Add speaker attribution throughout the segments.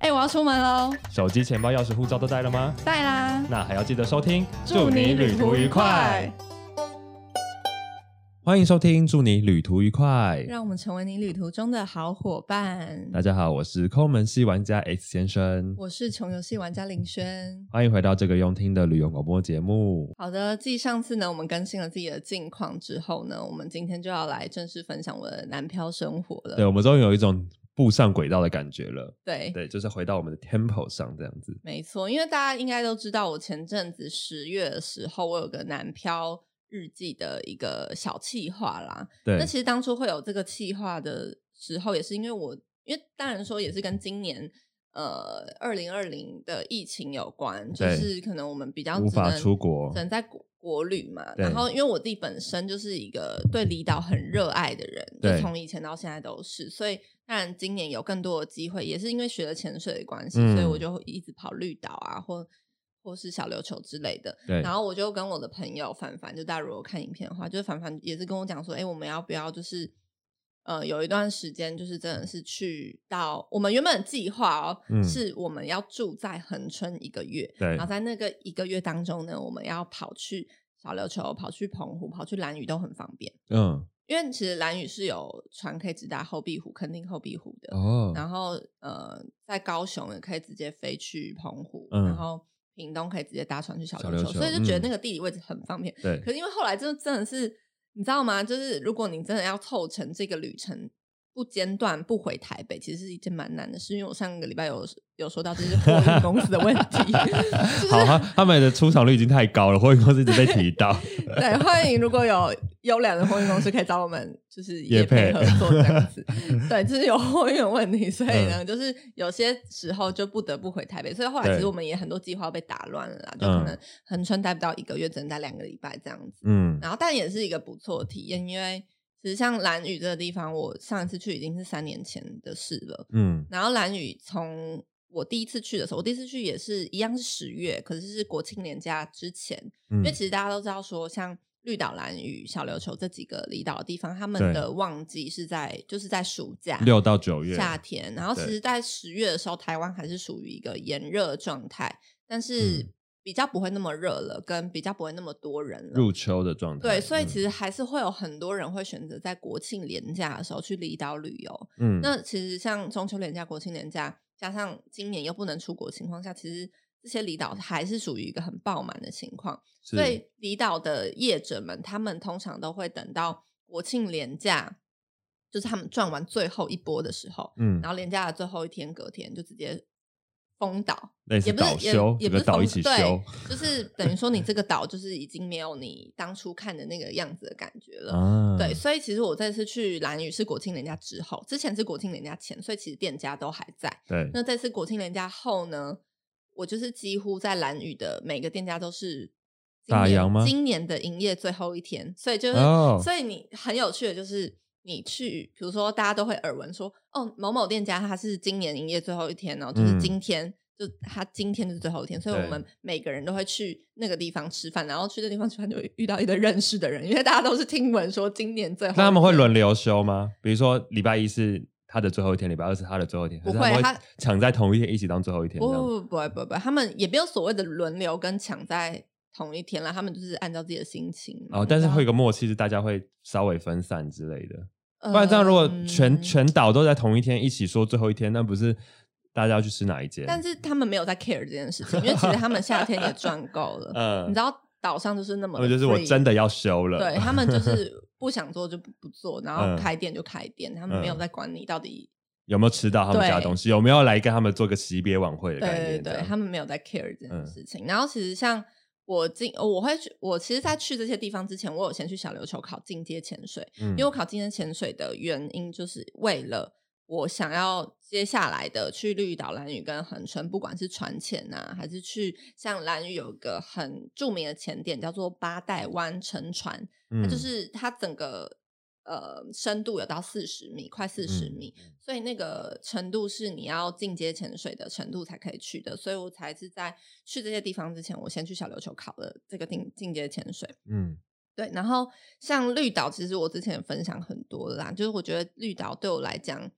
Speaker 1: 哎、我要出门喽，
Speaker 2: 手机、钱包、钥匙、护照都带了吗？
Speaker 1: 带啦！
Speaker 2: 那还要记得收听。！欢迎收听，祝你旅途愉快。
Speaker 1: 让我们成为你旅途中的好伙伴。
Speaker 2: 大家好，我是抠门系玩家 X 先生，
Speaker 1: 我是穷游戏玩家林轩。
Speaker 2: 欢迎回到这个用听的旅游广播节目。
Speaker 1: 好的，继上次呢，我们更新了自己的近况之后呢，我们今天就要来正式分享我的南漂生活了。
Speaker 2: 对，我们终于有一种步上轨道的感觉了。
Speaker 1: 对
Speaker 2: 对，就是回到我们的 tempo 上这样子。
Speaker 1: 没错，因为大家应该都知道，我前阵子十月的时候，我有个南漂日记的一个小企划啦。
Speaker 2: 对
Speaker 1: 那，其实当初会有这个计划的时候，也是因为我，因为当然说也是跟今年呃二零二零的疫情有关，就
Speaker 2: 对
Speaker 1: 是可能我们比较
Speaker 2: 无
Speaker 1: 只
Speaker 2: 法
Speaker 1: 能
Speaker 2: 出国
Speaker 1: 只能在国国旅嘛。
Speaker 2: 对
Speaker 1: 然后因为我自己本身就是一个对离岛很热爱的人，就
Speaker 2: 对
Speaker 1: 从以前到现在都是，所以当然今年有更多的机会，也是因为学了潜水的关系，所以我
Speaker 2: 嗯
Speaker 1: 就会一直跑绿岛啊，或或是小琉球之类的。
Speaker 2: 对
Speaker 1: 然后我就跟我的朋友凡凡，就大家如果看影片的话，就是凡凡也是跟我讲说，哎、我们要不要就是，呃，有一段时间就是真的是去到我们原本的计划哦，
Speaker 2: 嗯
Speaker 1: 是我们要住在恒春一个月，
Speaker 2: 对
Speaker 1: 然后在那个一个月当中呢，我们要跑去小琉球、跑去澎湖、跑去兰屿都很方便，
Speaker 2: 嗯
Speaker 1: 因为其实兰屿是有船可以直达后壁湖、垦丁后壁湖的，
Speaker 2: 哦
Speaker 1: 然后呃，在高雄也可以直接飞去澎湖，
Speaker 2: 嗯
Speaker 1: 然后屏东可以直接搭船去小
Speaker 2: 小
Speaker 1: 琉球，
Speaker 2: 琉球
Speaker 1: 所以就觉得
Speaker 2: 嗯
Speaker 1: 那个地理位置很方便。
Speaker 2: 对
Speaker 1: 可是因为后来真的真的是，你知道吗？就是如果你真的要凑成这个旅程。不间断不回台北，其实是一件蛮难的事，因为我上个礼拜有有说到这是货运公司的问题， 就是
Speaker 2: 好，他他们的出场率已经太高了，货运公司一直被提 到。
Speaker 1: 对， 欢迎如果有优良的货运公司，可以找我们就是
Speaker 2: 业
Speaker 1: 业配
Speaker 2: 配
Speaker 1: 合作这样 子。对，这是有货运的问题，所以呢，就是有些时候就不得不回台北。所以后来
Speaker 2: 嗯对
Speaker 1: 其实我们也很多计划被打乱了啦，就可
Speaker 2: 嗯
Speaker 1: 能横春待不到一个月，只能待两个礼拜这样子。
Speaker 2: 嗯，
Speaker 1: 然后，但也是一个不错的体验，因为其实像兰屿这个地方，我上一次去已经是三年前的事了。
Speaker 2: 嗯，
Speaker 1: 然后兰屿从我第一次去的时候，我第一次去也是一样是十月，可是是国庆年假之前。
Speaker 2: 因
Speaker 1: 因为其实大家都知道说，像绿岛、蓝屿、小琉球这几个离岛的地方，他们
Speaker 2: 对
Speaker 1: 的旺季是在就是在暑假
Speaker 2: 六到九月，
Speaker 1: 夏天，然后其
Speaker 2: 对
Speaker 1: 实，在十月的时候，台湾还是属于一个炎热的状态，但是
Speaker 2: 嗯
Speaker 1: 比较不会那么热了，跟比较不会那么多人了。
Speaker 2: 入秋的状态。
Speaker 1: 对，所以
Speaker 2: 嗯
Speaker 1: 其实还是会有很多人会选择在国庆连假的时候去离岛旅游。
Speaker 2: 嗯，
Speaker 1: 那其实像中秋连假、国庆连假，加上今年又不能出国的情况下，其实这些离岛还是属于一个很爆满的情况。
Speaker 2: 是
Speaker 1: 所以离岛的业者们，他们通常都会等到国庆连假，就是他们赚完最后一波的时候，
Speaker 2: 嗯
Speaker 1: 然，后连假的最后一天，隔天就直接封岛，
Speaker 2: 类似
Speaker 1: 也不是
Speaker 2: 倒休，
Speaker 1: 也也
Speaker 2: 整
Speaker 1: 不
Speaker 2: 个
Speaker 1: 是
Speaker 2: 岛
Speaker 1: 封
Speaker 2: 一起休
Speaker 1: 对，就是等于说你这 个岛就是已经没有你当初看的那个样子的感觉了。
Speaker 2: 啊
Speaker 1: 对，所以其实我这次去兰屿是国庆连假之后，之前是国庆连假前，所以其实店家都还在。
Speaker 2: 对，
Speaker 1: 那这次国庆连假后呢，我就是几乎在兰屿的每个店家都是今
Speaker 2: 打
Speaker 1: 年
Speaker 2: 烊吗
Speaker 1: 今年的营业最后一天，所以就是，
Speaker 2: 哦
Speaker 1: 所以你很有趣的就是。你去，比如说大家都会耳闻说，哦，某某店家他是今年营业最后一天哦，就是
Speaker 2: 嗯
Speaker 1: 今天，就他今天就是最后一天，所以我
Speaker 2: 对
Speaker 1: 们每个人都会去那个地方吃饭，然后去那地方吃饭就会遇到一堆认识的人，因为大家都是听闻说今年最后一天，
Speaker 2: 那他们会轮流休吗？比如说礼拜一是他的最后一天，礼拜二是他的最后一天，
Speaker 1: 不
Speaker 2: 还是
Speaker 1: 会
Speaker 2: 他
Speaker 1: 他
Speaker 2: 们抢在同一天一起当最后一天
Speaker 1: 不
Speaker 2: 这样。
Speaker 1: 不不不会不会不会，他们也没有所谓的轮流跟抢在同一天啦，他们就是按照自己的心情。
Speaker 2: 哦，但是
Speaker 1: 然后
Speaker 2: 会有一个默契，是大家会稍微分散之类的。
Speaker 1: 呃
Speaker 2: 不然这样，如果全
Speaker 1: 嗯
Speaker 2: 全岛都在同一天一起说最后一天，那不是大家要去吃哪一间？
Speaker 1: 但是他们没有在 care 这件事情，因为其实他们夏天也赚够 了。
Speaker 2: 嗯
Speaker 1: 你知，道岛上就是那么
Speaker 2: 他
Speaker 1: free，
Speaker 2: 们就是我真的要休了。
Speaker 1: 对他们就是不想做就不不做，然后
Speaker 2: 嗯
Speaker 1: 开店就开店，他们没有
Speaker 2: 嗯
Speaker 1: 在管你到底。
Speaker 2: 有没有吃到他们
Speaker 1: 对
Speaker 2: 家的东西？有没有来跟他们做个惜别晚会的概
Speaker 1: 对对
Speaker 2: 念？
Speaker 1: 对，他
Speaker 2: 们
Speaker 1: 们没有在 care 这件
Speaker 2: 嗯
Speaker 1: 事情。然后其实像我进，我会去，我其实，在去这些地方之前，我有先去小琉球考进阶潜水，
Speaker 2: 因
Speaker 1: 因为我考今天潜水的原因，就是为了我想要接下来的去绿岛、蓝屿跟恒春，不管是船潜啊，还是去像蓝屿有个很著名的潜点叫做八代湾沉船，它
Speaker 2: 嗯
Speaker 1: 就是它整个呃深度有到四十米，快四十米，所以那个程度是你要进阶潜水的程度才可以去的，所以我才是在去这些地方之前，我先去小琉球考了这个进进阶潜水。
Speaker 2: 嗯
Speaker 1: 对，然后像绿岛，其实我之前也分享很多了啦，就是我觉得绿岛对我来讲，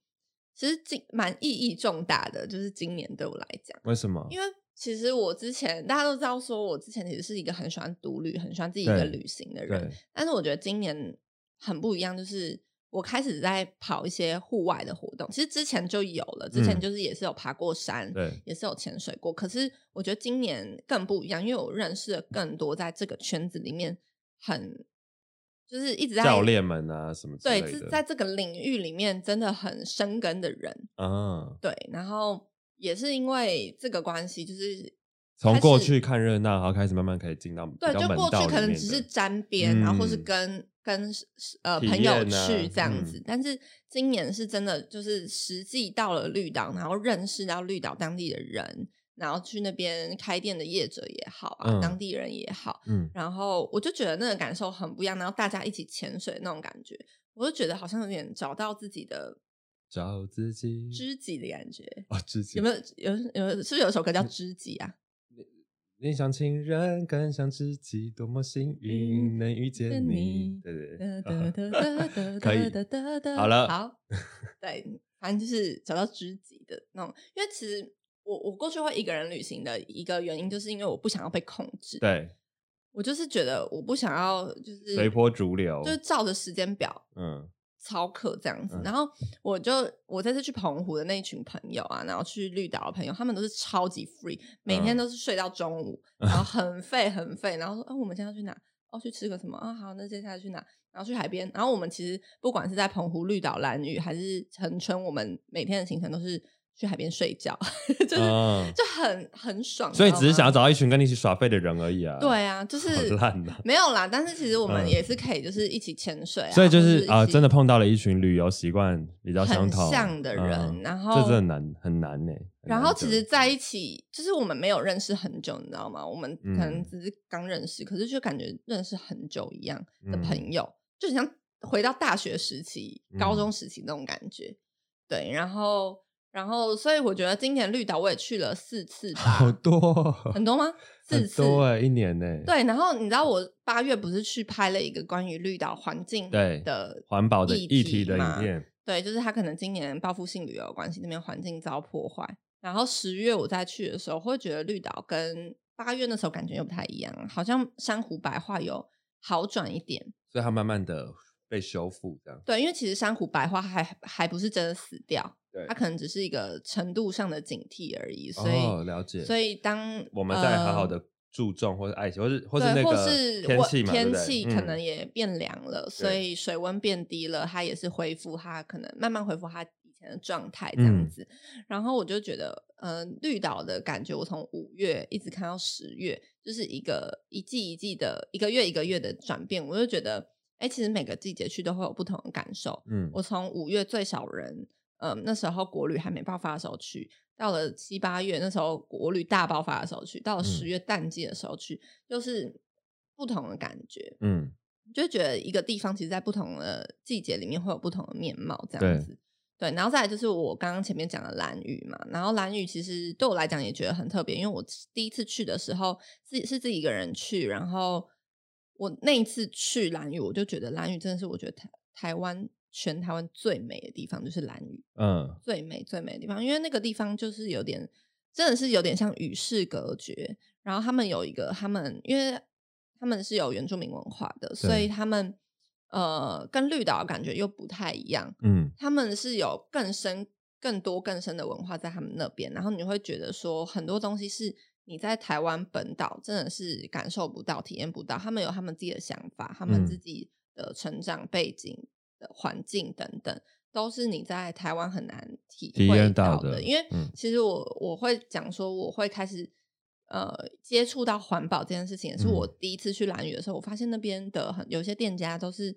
Speaker 1: 其实今蛮意义重大的，就是今年对我来讲，
Speaker 2: 为什么？
Speaker 1: 因为其实我之前大家都知道，说我之前其实是一个很喜欢独旅、很喜欢自己一个
Speaker 2: 对
Speaker 1: 旅行的人，
Speaker 2: 对，
Speaker 1: 但是我觉得今年很不一样，就是我开始在跑一些户外的活动。其实之前就有了，之前
Speaker 2: 嗯
Speaker 1: 就是也是有爬过山，
Speaker 2: 对，
Speaker 1: 也是有潜水过。可是我觉得今年更不一样，因为我认识了更多在这个圈子里面很就是一直在
Speaker 2: 教练们啊什么之
Speaker 1: 对
Speaker 2: 类
Speaker 1: 自
Speaker 2: 的
Speaker 1: 在这个领域里面真的很深耕的人。
Speaker 2: 啊，
Speaker 1: 对，然后也是因为这个关系，就是
Speaker 2: 从
Speaker 1: 开
Speaker 2: 过
Speaker 1: 始
Speaker 2: 去看热闹，然后开始慢慢可以进到比
Speaker 1: 对，
Speaker 2: 较
Speaker 1: 就
Speaker 2: 门
Speaker 1: 过
Speaker 2: 道
Speaker 1: 去可
Speaker 2: 里
Speaker 1: 能
Speaker 2: 面
Speaker 1: 只
Speaker 2: 的
Speaker 1: 是沾边，然后或是
Speaker 2: 嗯
Speaker 1: 跟跟是是呃
Speaker 2: 体
Speaker 1: 朋友
Speaker 2: 验啊
Speaker 1: 去这样子，
Speaker 2: 嗯
Speaker 1: 但是今年是真的就是实际到了绿岛，然后认识到绿岛当地的人，然后去那边开店的业者也好啊，
Speaker 2: 嗯
Speaker 1: 当地人也好，
Speaker 2: 嗯，
Speaker 1: 然后我就觉得那个感受很不一样，然后大家一起潜水那种感觉，我就觉得好像有点找到自己的
Speaker 2: 找自己
Speaker 1: 知己的感觉。
Speaker 2: 啊，知己
Speaker 1: 有没有有有是不是有一首歌叫《知己》啊？
Speaker 2: 你像情人，更像知己，多么幸
Speaker 1: 嗯
Speaker 2: 运能遇见
Speaker 1: 见
Speaker 2: 你
Speaker 1: 你。
Speaker 2: 对对
Speaker 1: 哒
Speaker 2: 对，
Speaker 1: 哒 哒
Speaker 2: 啊
Speaker 1: 哒哒
Speaker 2: 可以
Speaker 1: 哒哒哒
Speaker 2: 好了
Speaker 1: 好，对，反正就是找到知己的那种。因为其实我我过去会一个人旅行的一个原因，就是因为我不想要被控制。，
Speaker 2: 对，
Speaker 1: 我就是觉得我不想要就是
Speaker 2: 随波逐流
Speaker 1: 就是照着时间表
Speaker 2: 嗯，
Speaker 1: 操课这样子。
Speaker 2: 嗯
Speaker 1: 然后我就我这次去澎湖的那一群朋友啊，然后去绿岛的朋友，他们都是超级 free，每天
Speaker 2: 嗯
Speaker 1: 都是睡到中 午，然后很废很废，然后说，啊，我们现在要去哪？哦，去吃个什么？啊，好，那接下来去哪？然后去海边。然后我们其实不管是在澎湖、绿岛、蓝屿还是恒春，我们每天的行程都是去海边睡觉， 就是、
Speaker 2: 啊
Speaker 1: 就很很爽。
Speaker 2: 所以
Speaker 1: 知道
Speaker 2: 只是
Speaker 1: 吗
Speaker 2: 想要找到一群跟你一起耍废的人而已啊。
Speaker 1: 对啊，就是
Speaker 2: 好烂啊
Speaker 1: 没有啦。但是其实我们
Speaker 2: 嗯
Speaker 1: 也是可以，就是一起潜水、啊，
Speaker 2: 所以就
Speaker 1: 或
Speaker 2: 是啊、
Speaker 1: 一起
Speaker 2: 真的碰到了一群旅游习惯比较相
Speaker 1: 很
Speaker 2: 同嗯
Speaker 1: 像的人，然后
Speaker 2: 这真的难很难呢、很
Speaker 1: 然
Speaker 2: 难
Speaker 1: 后其
Speaker 2: 得
Speaker 1: 实在一起，就是我们没有认识很久，你知道吗？我们可能
Speaker 2: 嗯
Speaker 1: 只是刚认识，可是就感觉认识很久一样的
Speaker 2: 嗯
Speaker 1: 朋友，就很像回到大学时期、高
Speaker 2: 嗯
Speaker 1: 中时期那种感觉。对，然后，然后，所以我觉得今年绿岛我也去了四次
Speaker 2: 好
Speaker 1: 吧，
Speaker 2: 多哦、
Speaker 1: 很多 吗？四
Speaker 2: 很
Speaker 1: 次。
Speaker 2: 多哎、一年嗯呢、
Speaker 1: 对，然后你知道我八月不是去拍了一个关于绿岛环境
Speaker 2: 对
Speaker 1: 的
Speaker 2: 环保的
Speaker 1: 议
Speaker 2: 议
Speaker 1: 题
Speaker 2: 题的
Speaker 1: 嘛
Speaker 2: 影片，
Speaker 1: 对，就是他可能今年报复性旅游的关系，那边环境遭破坏。然后十月我再去的时候，会觉得绿岛跟八月那时候感觉又不太一样，啊好像珊瑚白化有好转一点。
Speaker 2: 所以它慢慢的被修复这样。
Speaker 1: 对，因为其实珊瑚白化还还不是真的死掉，
Speaker 2: 对
Speaker 1: 它可能只是一个程度上的警惕而已。啊所以，
Speaker 2: 哦，了解。
Speaker 1: 所以当
Speaker 2: 我们再好好
Speaker 1: 呃
Speaker 2: 的注重或者爱情，或是或是
Speaker 1: 对，
Speaker 2: 那
Speaker 1: 或
Speaker 2: 个
Speaker 1: 是
Speaker 2: 天
Speaker 1: 我
Speaker 2: 气嘛，对
Speaker 1: 天
Speaker 2: 不对
Speaker 1: 气可
Speaker 2: 嗯
Speaker 1: 能也变凉了，所
Speaker 2: 对
Speaker 1: 以水温变低了，它也是恢复它可能慢慢恢复它以前的状态这样
Speaker 2: 嗯
Speaker 1: 子。然后我就觉得，呃，绿岛的感觉，我从五月一直看到十月，就是一个一季一季的，一个月一个月的转变，我就觉得，哎、其实每个季节去都会有不同的感受。
Speaker 2: 嗯，
Speaker 1: 我从五月最少人，嗯，那时候国旅还没爆发的时候去，到了七八月那时候国旅大爆发的时候去，到了
Speaker 2: 嗯
Speaker 1: 十月淡季的时候去，就是不同的感觉，
Speaker 2: 嗯，
Speaker 1: 就会觉得一个地方其实，在不同的季节里面会有不同的面貌，这样
Speaker 2: 对
Speaker 1: 子。对，然后再来就是我刚刚前面讲的蓝屿嘛，然后蓝屿其实对我来讲也觉得很特别，因为我第一次去的时候自己是自己一个人去，然后我那一次去蓝屿，我就觉得蓝屿真的是我觉得台台湾全台湾最美的地方就是蓝屿，
Speaker 2: 嗯
Speaker 1: 最美最美的地方，因为那个地方就是有点，真的是有点像与世隔绝。然后他们有一个，他们因为他们是有原住民文化的，所以
Speaker 2: 对
Speaker 1: 他们呃跟绿岛感觉又不太一样。
Speaker 2: 嗯
Speaker 1: 他们是有更深、更多、更深的文化在他们那边，然后你会觉得说很多东西是你在台湾本岛真的是感受不到、体验不到。他们有他们自己的想法，他们
Speaker 2: 嗯
Speaker 1: 自己的成长背景、的环境等等，都是你在台湾很难体
Speaker 2: 体
Speaker 1: 会
Speaker 2: 验
Speaker 1: 到
Speaker 2: 到
Speaker 1: 的。
Speaker 2: 的
Speaker 1: 因为
Speaker 2: 嗯
Speaker 1: 其实我我会讲说，我会开始。呃，接触到环保这件事情，也是
Speaker 2: 嗯
Speaker 1: 我第一次去兰屿的时候，我发现那边的很有些店家都是，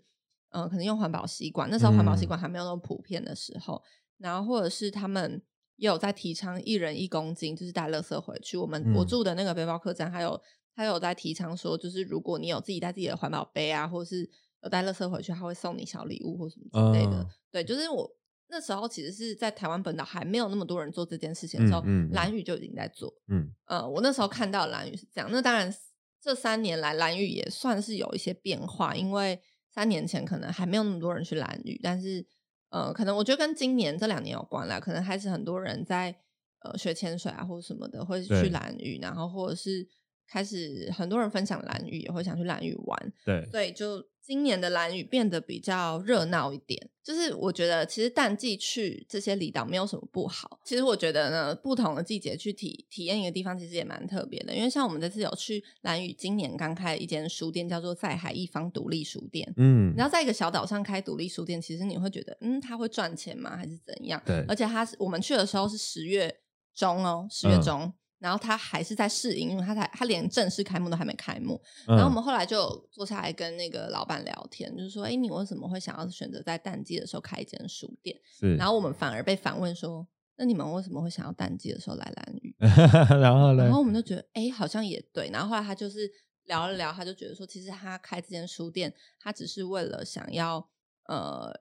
Speaker 1: 呃，可能用环保吸管，那时候环保吸
Speaker 2: 嗯
Speaker 1: 管还没有那么普遍的时候，然后或者是他们也有在提倡一人一公斤，就是带垃圾回去。我们、我
Speaker 2: 嗯
Speaker 1: 住的那个背包客栈，还有他有在提倡说，就是如果你有自己带自己的环保杯啊，或是有带垃圾回去，他会送你小礼物或什么之类的。
Speaker 2: 嗯
Speaker 1: 对，就是我那时候其实是在台湾本岛还没有那么多人做这件事情的时候，
Speaker 2: 嗯嗯嗯
Speaker 1: 蓝屿就已经在做。
Speaker 2: 嗯，
Speaker 1: 呃，我那时候看到蓝宇是这样，那当然这三年来蓝宇也算是有一些变化，因为三年前可能还没有那么多人去蓝宇，但是呃，可能我觉得跟今年这两年有关啦，可能还是很多人在呃学潜水啊或者什么的，会
Speaker 2: 对
Speaker 1: 去蓝屿，然后或者是开始很多人分享蓝屿，也会想去蓝屿玩，
Speaker 2: 对
Speaker 1: 所以就今年的蓝屿变得比较热闹一点。就是我觉得其实淡季去这些离岛没有什么不好。其实我觉得呢，不同的季节去体体验一个地方，其实也蛮特别的。因为像我们这次有去蓝屿，今年刚开一间书店，叫做在海一方独立书店。
Speaker 2: 嗯
Speaker 1: 你，要在一个小岛上开独立书店，其实你会觉得，嗯，它会赚钱吗？还是怎样？
Speaker 2: 对
Speaker 1: 而且它是我们去的时候是十月中哦，十月
Speaker 2: 嗯
Speaker 1: 中，然后它还是在试营，因为它才它连正式开幕都还没开幕。
Speaker 2: 嗯
Speaker 1: 然后我们后来就有坐下来跟那个老板聊天，就是说，哎，你为什么会想要选择在淡季的时候开一间书店？
Speaker 2: 是，
Speaker 1: 然后我们反而被反问说，那你们为什么会想要淡季的时候来蓝屿？
Speaker 2: 然后呢
Speaker 1: 然？后我们就觉得，哎，好像也对。然后后来他就是聊了聊，他就觉得说，其实他开这间书店，他只是为了想要呃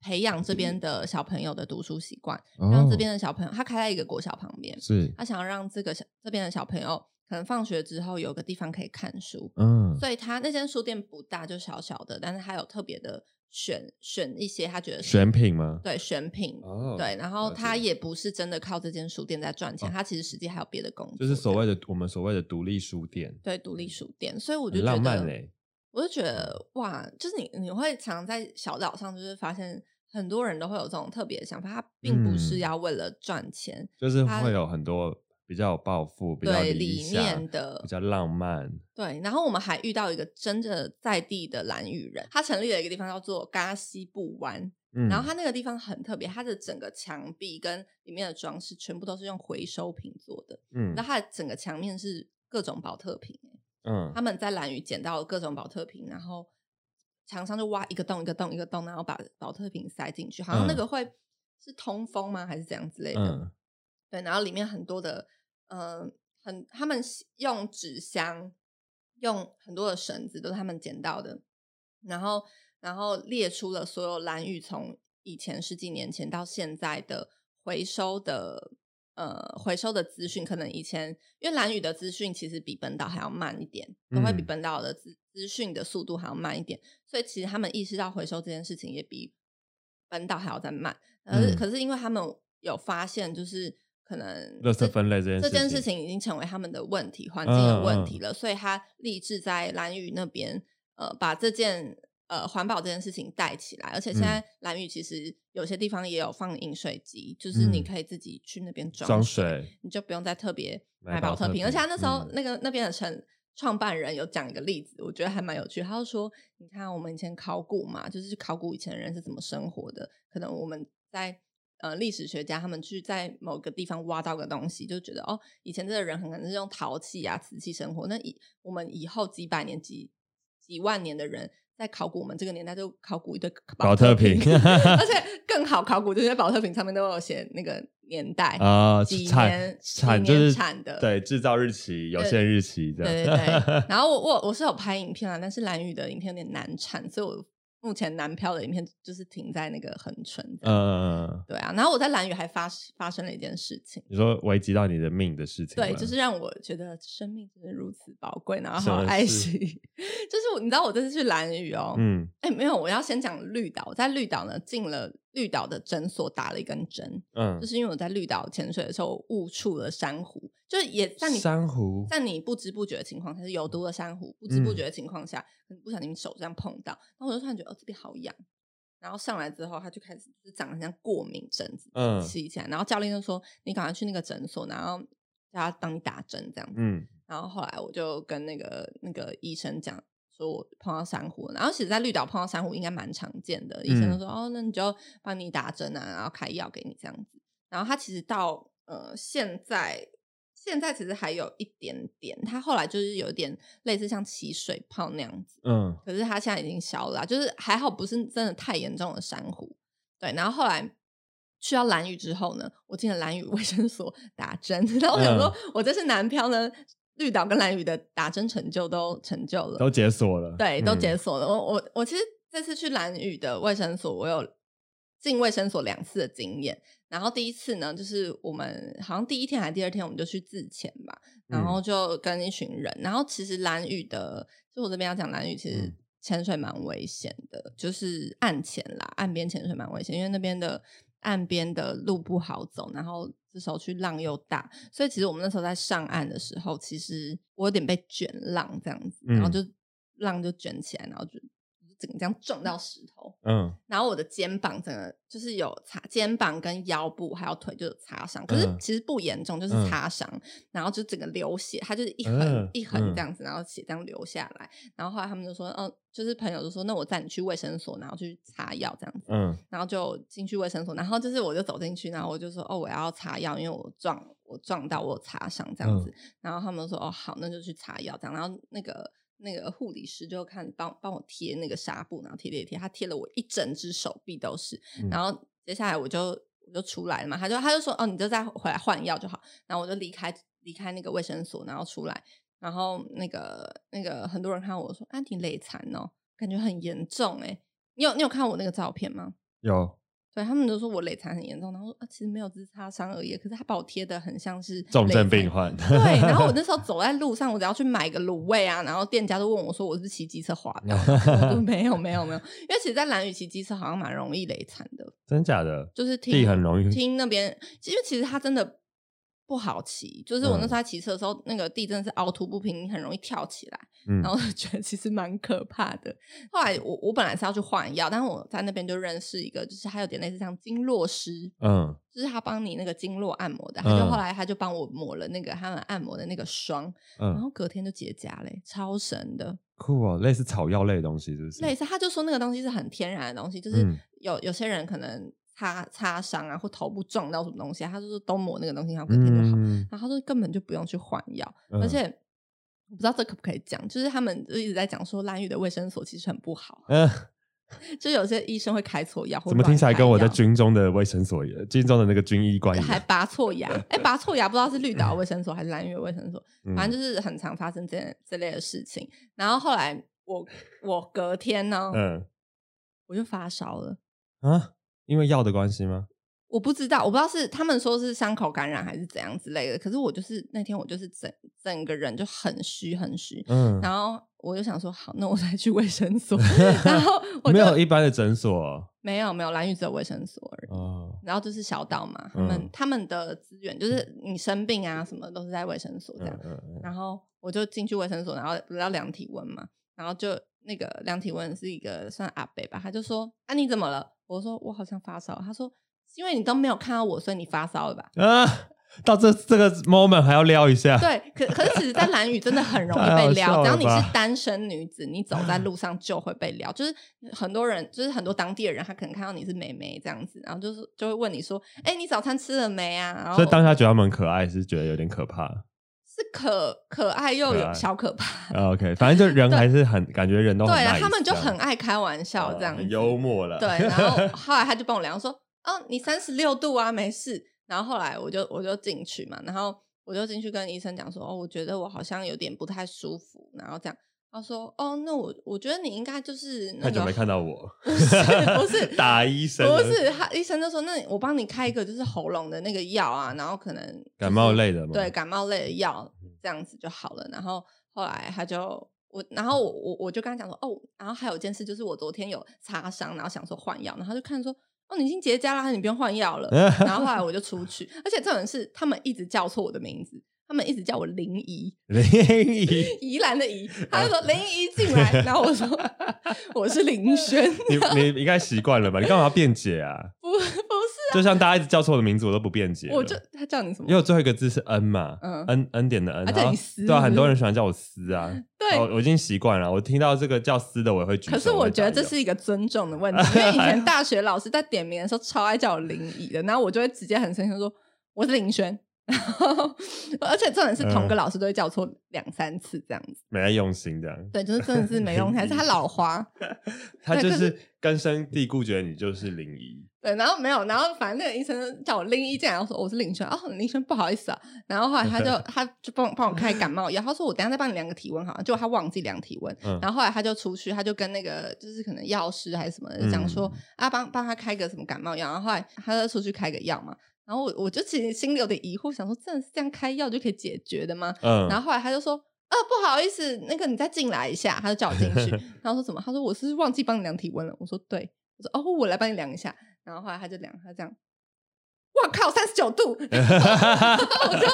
Speaker 1: 培养这边的小朋友的读书习惯，让这
Speaker 2: 哦
Speaker 1: 边的小朋友，他开在一个国小旁边，
Speaker 2: 是
Speaker 1: 他想要让这个小这边的小朋友可能放学之后有个地方可以看书，
Speaker 2: 嗯
Speaker 1: 所以他那间书店不大，就小小的，但是他有特别的选选一些他觉得是
Speaker 2: 选品吗？
Speaker 1: 对选品。
Speaker 2: 哦
Speaker 1: 对，然后
Speaker 2: 了解
Speaker 1: 他也不是真的靠这间书店在赚钱，
Speaker 2: 哦
Speaker 1: 他其实实际还有别的工作，
Speaker 2: 就是所
Speaker 1: 这样
Speaker 2: 谓的我们所谓的独立书店，
Speaker 1: 对独立书店，所以我就
Speaker 2: 很
Speaker 1: 觉得
Speaker 2: 浪漫欸嗯嘞。
Speaker 1: 我就觉得哇，就是你你会常在小岛上，就是发现很多人都会有这种特别的想法，他并不是
Speaker 2: 嗯
Speaker 1: 要为了赚钱，
Speaker 2: 就是
Speaker 1: 它
Speaker 2: 会有很多比较有抱负、比较
Speaker 1: 对
Speaker 2: 理
Speaker 1: 里
Speaker 2: 想、
Speaker 1: 面的
Speaker 2: 比较浪漫。
Speaker 1: 对，然后我们还遇到一个真的在地的蓝屿人，他成立了一个地方叫做嘎西布湾，
Speaker 2: 嗯，
Speaker 1: 然后它那个地方很特别，它的整个墙壁跟里面的装饰全部都是用回收品做的，
Speaker 2: 嗯
Speaker 1: 那它的整个墙面是各种保特瓶，欸
Speaker 2: 嗯
Speaker 1: 他们在蓝屿捡到各种保特瓶，然后厂商就挖一个洞一个洞一个洞，然后把保特瓶塞进去，好像那
Speaker 2: 嗯
Speaker 1: 个会是通风吗？还是怎样之类的？
Speaker 2: 嗯
Speaker 1: 对，然后里面很多的，呃，很他们是用纸箱，用很多的绳子都是他们捡到的，然后然后列出了所有蓝屿从以前十几年前到现在的回收的。呃，回收的资讯可能以前，因为蓝屿的资讯其实比本岛还要慢一点，都会比
Speaker 2: 嗯
Speaker 1: 本岛的资资讯的速度还要慢一点，所以其实他们意识到回收这件事情也比本岛还要再慢。可是、
Speaker 2: 嗯
Speaker 1: 可是因为他们有发现，就是可能
Speaker 2: 垃圾
Speaker 1: 这
Speaker 2: 分类这件
Speaker 1: 这件
Speaker 2: 事
Speaker 1: 事
Speaker 2: 情
Speaker 1: 情已经成为他们的问题，环境的问
Speaker 2: 嗯
Speaker 1: 题了，所以他立志在蓝屿那边呃把这件。呃，环保这件事情带起来，而
Speaker 2: 嗯
Speaker 1: 且现在蓝屿其实有些地方也有放饮水机，就是你
Speaker 2: 嗯
Speaker 1: 可以自己去那边
Speaker 2: 装
Speaker 1: 水，
Speaker 2: 水，
Speaker 1: 你就不用再特别
Speaker 2: 买
Speaker 1: 买保
Speaker 2: 保
Speaker 1: 特
Speaker 2: 特
Speaker 1: 瓶。而且他
Speaker 2: 瓶
Speaker 1: 那时候
Speaker 2: 嗯
Speaker 1: 那个那边的成创办人有讲一个例子，我觉得还蛮有趣。他就说，你看我们以前考古嘛，就是去考古以前的人是怎么生活的，可能我们在。呃，历史学家他们去在某个地方挖到个东西，就觉得哦，以前这个人很可能是用陶器啊、瓷器生活。那以我们以后几百年、几几万年的人在考古，我们这个年代就考古一堆
Speaker 2: 保特 瓶
Speaker 1: 而且更好考古，这些保特瓶上面都有写那个年代
Speaker 2: 啊，
Speaker 1: 几
Speaker 2: 产
Speaker 1: 年
Speaker 2: 产
Speaker 1: 几
Speaker 2: 就
Speaker 1: 年
Speaker 2: 是
Speaker 1: 产的
Speaker 2: 对制造日期、有
Speaker 1: 对
Speaker 2: 限日期这
Speaker 1: 对对
Speaker 2: 样。
Speaker 1: 对，然后我我我是有拍影片啊，但是蓝宇的影片有点难产，所以我目前南漂的影片就是停在那个横村这样。
Speaker 2: 嗯，嗯
Speaker 1: 对啊，然后我在蓝宇还发发生了一件事情，
Speaker 2: 你说危及到你的命的事情吗，
Speaker 1: 对，就是让我觉得生命真的如此宝贵，然后
Speaker 2: 什
Speaker 1: 好
Speaker 2: 么
Speaker 1: 爱
Speaker 2: 事
Speaker 1: 惜。 就是我，你知道我这次去蓝宇哦，
Speaker 2: 嗯
Speaker 1: 哎、没有，我要先讲绿岛，我在绿岛呢进了绿岛的诊所打了一根针，
Speaker 2: 嗯
Speaker 1: 就，是因为我在绿岛潜水的时候误触了珊瑚，就是也在你
Speaker 2: 珊瑚
Speaker 1: 在你不知不觉的情况下，是有毒的珊瑚，不知不
Speaker 2: 嗯
Speaker 1: 觉的情况下，你不小心手这样碰到，然后我就突然觉得哦这边好痒，然后上来之后，它就开始就是长得像过敏疹子，
Speaker 2: 嗯
Speaker 1: 起起来，然后教练就说你赶快去那个诊所，然后叫他帮你打针这样子，
Speaker 2: 嗯
Speaker 1: 然后后来我就跟那个那个医生讲，说我碰到珊瑚，然后其实在绿岛碰到珊瑚应该蛮常见的，医生就说、哦，那你就帮你打针啊，然后开药给你这样子。然后他其实到呃现在，现在其实还有一点点，他后来就是有一点类似像起水泡那样子，
Speaker 2: 嗯
Speaker 1: 可是他现在已经消了啊，就是还好不是真的太严重的珊瑚。对，然后后来去到蓝屿之后呢，我进了蓝屿卫生所打针， 然后我想说，我这次南漂呢，绿岛跟蓝屿的打针成就都成就了，
Speaker 2: 都解锁了，
Speaker 1: 对，都
Speaker 2: 嗯
Speaker 1: 解锁了。我我我其实这次去蓝屿的卫生所，我有进卫生所两次的经验。然后第一次呢，就是我们好像第一天还是第二天，我们就去自潜
Speaker 2: 嗯
Speaker 1: 吧，然后就跟一群人。然后其实蓝屿的，就我这边要讲蓝屿，其实
Speaker 2: 嗯
Speaker 1: 潜水蛮危险的，就是岸潜啦，岸边潜水蛮危险，因为那边的岸边的路不好走，然后这时候去浪又大，所以其实我们那时候在上岸的时候，其实我有点被卷浪这样子，然后
Speaker 2: 嗯
Speaker 1: 就、浪就卷起来，然后就就整个这样撞到石头，
Speaker 2: 嗯
Speaker 1: 然后我的肩膀整个就是有擦，肩膀跟腰部还有腿就有擦伤，可是
Speaker 2: 嗯
Speaker 1: 其实不严重，就是
Speaker 2: 嗯
Speaker 1: 擦伤，然后就整个流血，它就是一横、
Speaker 2: 嗯
Speaker 1: 一横
Speaker 2: 嗯
Speaker 1: 这样子，然后血这样流下来。然后后来他们就说，哦，就是朋友就说，那我带你去卫生所，然后去擦药这样子。
Speaker 2: 嗯
Speaker 1: 然后就进去卫生所，然后就是我就走进去，然后我就说哦，我要擦药，因为我撞我撞到我有擦伤这样子，然后他们说哦好，那就去擦药这样，然后那个那个护理师就看帮帮我贴那个纱布，然后贴贴贴，他贴了我一整只手臂都是，
Speaker 2: 嗯
Speaker 1: 然后接下来我就我就出来了嘛，他就他就说哦你就再回来换药就好，然后我就离开离开那个卫生所，然后出来，然后那个那个很多人看到我说啊你累残哦，感觉很严重哎、你有你有看我那个照片吗？
Speaker 2: 有
Speaker 1: 对他们都说我累残很严重，然后说啊，其实没有，只是擦伤而已。可是他把我贴的很像是
Speaker 2: 重症
Speaker 1: 累残
Speaker 2: 病。患，
Speaker 1: 对，然后我那时候走在路上，我只要去买个卤味啊，然后店家都问我说我是骑机车滑倒的，我说没有没有没有，因为其实，在蓝屿骑机车好像蛮容易累残的，
Speaker 2: 真假的，
Speaker 1: 就是听
Speaker 2: 地很容易
Speaker 1: 听那边，因为其实它真的不好骑，就是我那时候
Speaker 2: 嗯
Speaker 1: 在骑车的时候，那个地真的是凹凸不平，你很容易跳起来。
Speaker 2: 嗯
Speaker 1: 然后就觉得其实蛮可怕的。后来我我本来是要去换药，但是我在那边就认识一个，就是他有点类似像经络师，
Speaker 2: 嗯
Speaker 1: 就是他帮你那个经络按摩的。他就
Speaker 2: 嗯
Speaker 1: 后来他就帮我抹了那个他们按摩的那个霜，然
Speaker 2: 嗯，
Speaker 1: 后隔天就结痂嘞，超神的。
Speaker 2: 酷哦，类似草药类的东西是不是？
Speaker 1: 类似他就说那个东西是很天然的东西，就是
Speaker 2: 嗯
Speaker 1: 有有些人可能擦擦伤啊或头部撞到什么东西啊，他就说都抹那个东西，然后隔天就好。
Speaker 2: 嗯
Speaker 1: 然后他说根本就不用去换药，
Speaker 2: 嗯
Speaker 1: 而且我不知道这可不可以讲，就是他们就一直在讲说蓝屿的卫生所其实很不好，
Speaker 2: 嗯，
Speaker 1: 就有些医生会开错药，或
Speaker 2: 怎么听起来跟我在
Speaker 1: 乱开药
Speaker 2: 军中的卫生所一样、军中的那个军医官一
Speaker 1: 还
Speaker 2: 样？
Speaker 1: 拔错牙，哎、拔错牙不知道是绿岛的卫生所还是蓝屿的卫生所，
Speaker 2: 嗯
Speaker 1: 反正就是很常发生这这类的事情。然后后来我我隔天呢，
Speaker 2: 嗯
Speaker 1: 我就发烧了。
Speaker 2: 啊，因为药的关系吗？
Speaker 1: 我不知道，我不知道是他们说是伤口感染还是怎样之类的，可是我就是那天我就是整整个人就很虚很虚，
Speaker 2: 嗯，
Speaker 1: 然后我就想说，好，那我再去卫生所。 然 后我就
Speaker 2: 没有一般的 诊所
Speaker 1: 没有没有蓝屿只有卫生所而已。
Speaker 2: 哦，
Speaker 1: 然后就是小岛嘛，他们、
Speaker 2: 嗯
Speaker 1: 他们的资源就是你生病啊什么都是在卫生所这
Speaker 2: 嗯
Speaker 1: 样。
Speaker 2: 嗯嗯
Speaker 1: 然后我就进去卫生所，然后不是要量体温嘛，然后就那个量体温是一个算阿伯吧，他就说啊你怎么了？我说我好像发烧。他说因为你都没有看到我，所以你发烧了吧？
Speaker 2: 啊，到这这个 moment 还要撩一 下，
Speaker 1: 对，可可是其实，在蓝屿真的很容易
Speaker 2: 太
Speaker 1: 被
Speaker 2: 好
Speaker 1: 撩，
Speaker 2: 笑
Speaker 1: 只要
Speaker 2: 了
Speaker 1: 你
Speaker 2: 吧嗯
Speaker 1: 是单身女子，你走在路上就会被撩。就是很多人，就是很多当地的人，他可能看到你是美眉这样子，然后就是就会问你说：“哎、你早餐吃了没啊？”然后
Speaker 2: 所以当下觉得他们很可爱，是觉得有点可怕。
Speaker 1: 是可可爱又
Speaker 2: 可
Speaker 1: 有
Speaker 2: 爱
Speaker 1: 小可怕，
Speaker 2: 啊 OK，反正就人还是很感觉人都很
Speaker 1: 对，然后
Speaker 2: nice
Speaker 1: 他们就
Speaker 2: 这样
Speaker 1: 很爱开玩笑
Speaker 2: 哦
Speaker 1: 这样子，
Speaker 2: 很幽默 了。
Speaker 1: 对，然后后来他就帮我量说，哦，你三十六度啊，没事。然后后来我就我就进去嘛，然后我就进去跟医生讲说，哦，我觉得我好像有点不太舒服，然后这样。他说：“哦，那我我觉得你应该就是那
Speaker 2: 太久
Speaker 1: 个
Speaker 2: 没看到我，
Speaker 1: 不是不是
Speaker 2: 打医生啊了
Speaker 1: 不是，他医生就说，那我帮你开一个就是喉咙的那个药啊，然后可能就是
Speaker 2: 感冒类的吗？
Speaker 1: 对，感冒类的药这样子就好了。然后后来他就我，然后我我我就跟他讲说，哦，然后还有一件事就是我昨天有擦伤，然后想说换药，然后他就看说，哦，你已经结痂啦，你不用换药 了。然后后来我就出去，而且这种是他们一直叫错我的名字。他们一直叫我林怡，
Speaker 2: 林怡，
Speaker 1: 宜兰的宜，他就说林怡进来，然后我说 我是林轩，
Speaker 2: 你你应该习惯了吧？你干嘛要辩解啊？
Speaker 1: 不不是，
Speaker 2: 就像大家一直叫错我的名字，我都不辩解了。
Speaker 1: 我就他叫你什么
Speaker 2: 因为？我最后一个字是 N 嘛，
Speaker 1: 嗯
Speaker 2: n N 点的 N，
Speaker 1: 啊
Speaker 2: 然后
Speaker 1: 叫你思
Speaker 2: 对啊，
Speaker 1: 是不是
Speaker 2: 很多人喜欢叫我思啊，
Speaker 1: 对
Speaker 2: 我我已经习惯了。我听到这个叫思的，我也会举手。
Speaker 1: 可是我觉得这是一个尊重的问题， 因为以前大学老师在点名的时候超爱叫我林怡的，然后我就会直接很生气地说我是林轩， 然后而且重点是同个
Speaker 2: 嗯
Speaker 1: 老师都会叫错两三次这样子，
Speaker 2: 没在用心这样，
Speaker 1: 对，就是真的是没用，还是他
Speaker 2: 嗯
Speaker 1: 老花，
Speaker 2: 他就
Speaker 1: 对可是
Speaker 2: 是根深蒂固觉得你就是林怡，
Speaker 1: 对，然后没有，然后反正那个医生叫我林一进来，我说我是林轩，哦，林轩不好意思啊。然后后来他就他就帮我帮我开感冒药，他说我等一下再帮你量个体温好了，结果他忘记量体温，
Speaker 2: 嗯
Speaker 1: 然后后来他就出去，他就跟那个就是可能药师还是什么的就讲说、啊帮帮他开个什么感冒药，然后后来他就出去开个药嘛，然后我我就其实心里有点疑惑，想说真的是这样开药就可以解决的吗？
Speaker 2: 嗯
Speaker 1: 然后后来他就说呃，不好意思，那个你再进来一下。”他就叫我进 去，然后说什么？他说：“我是忘记帮你量体温了。”我说：“对。”我说：“哦，我来帮你量一下。”然后后来他就量，他这样，哇靠，三十九 度！然后我就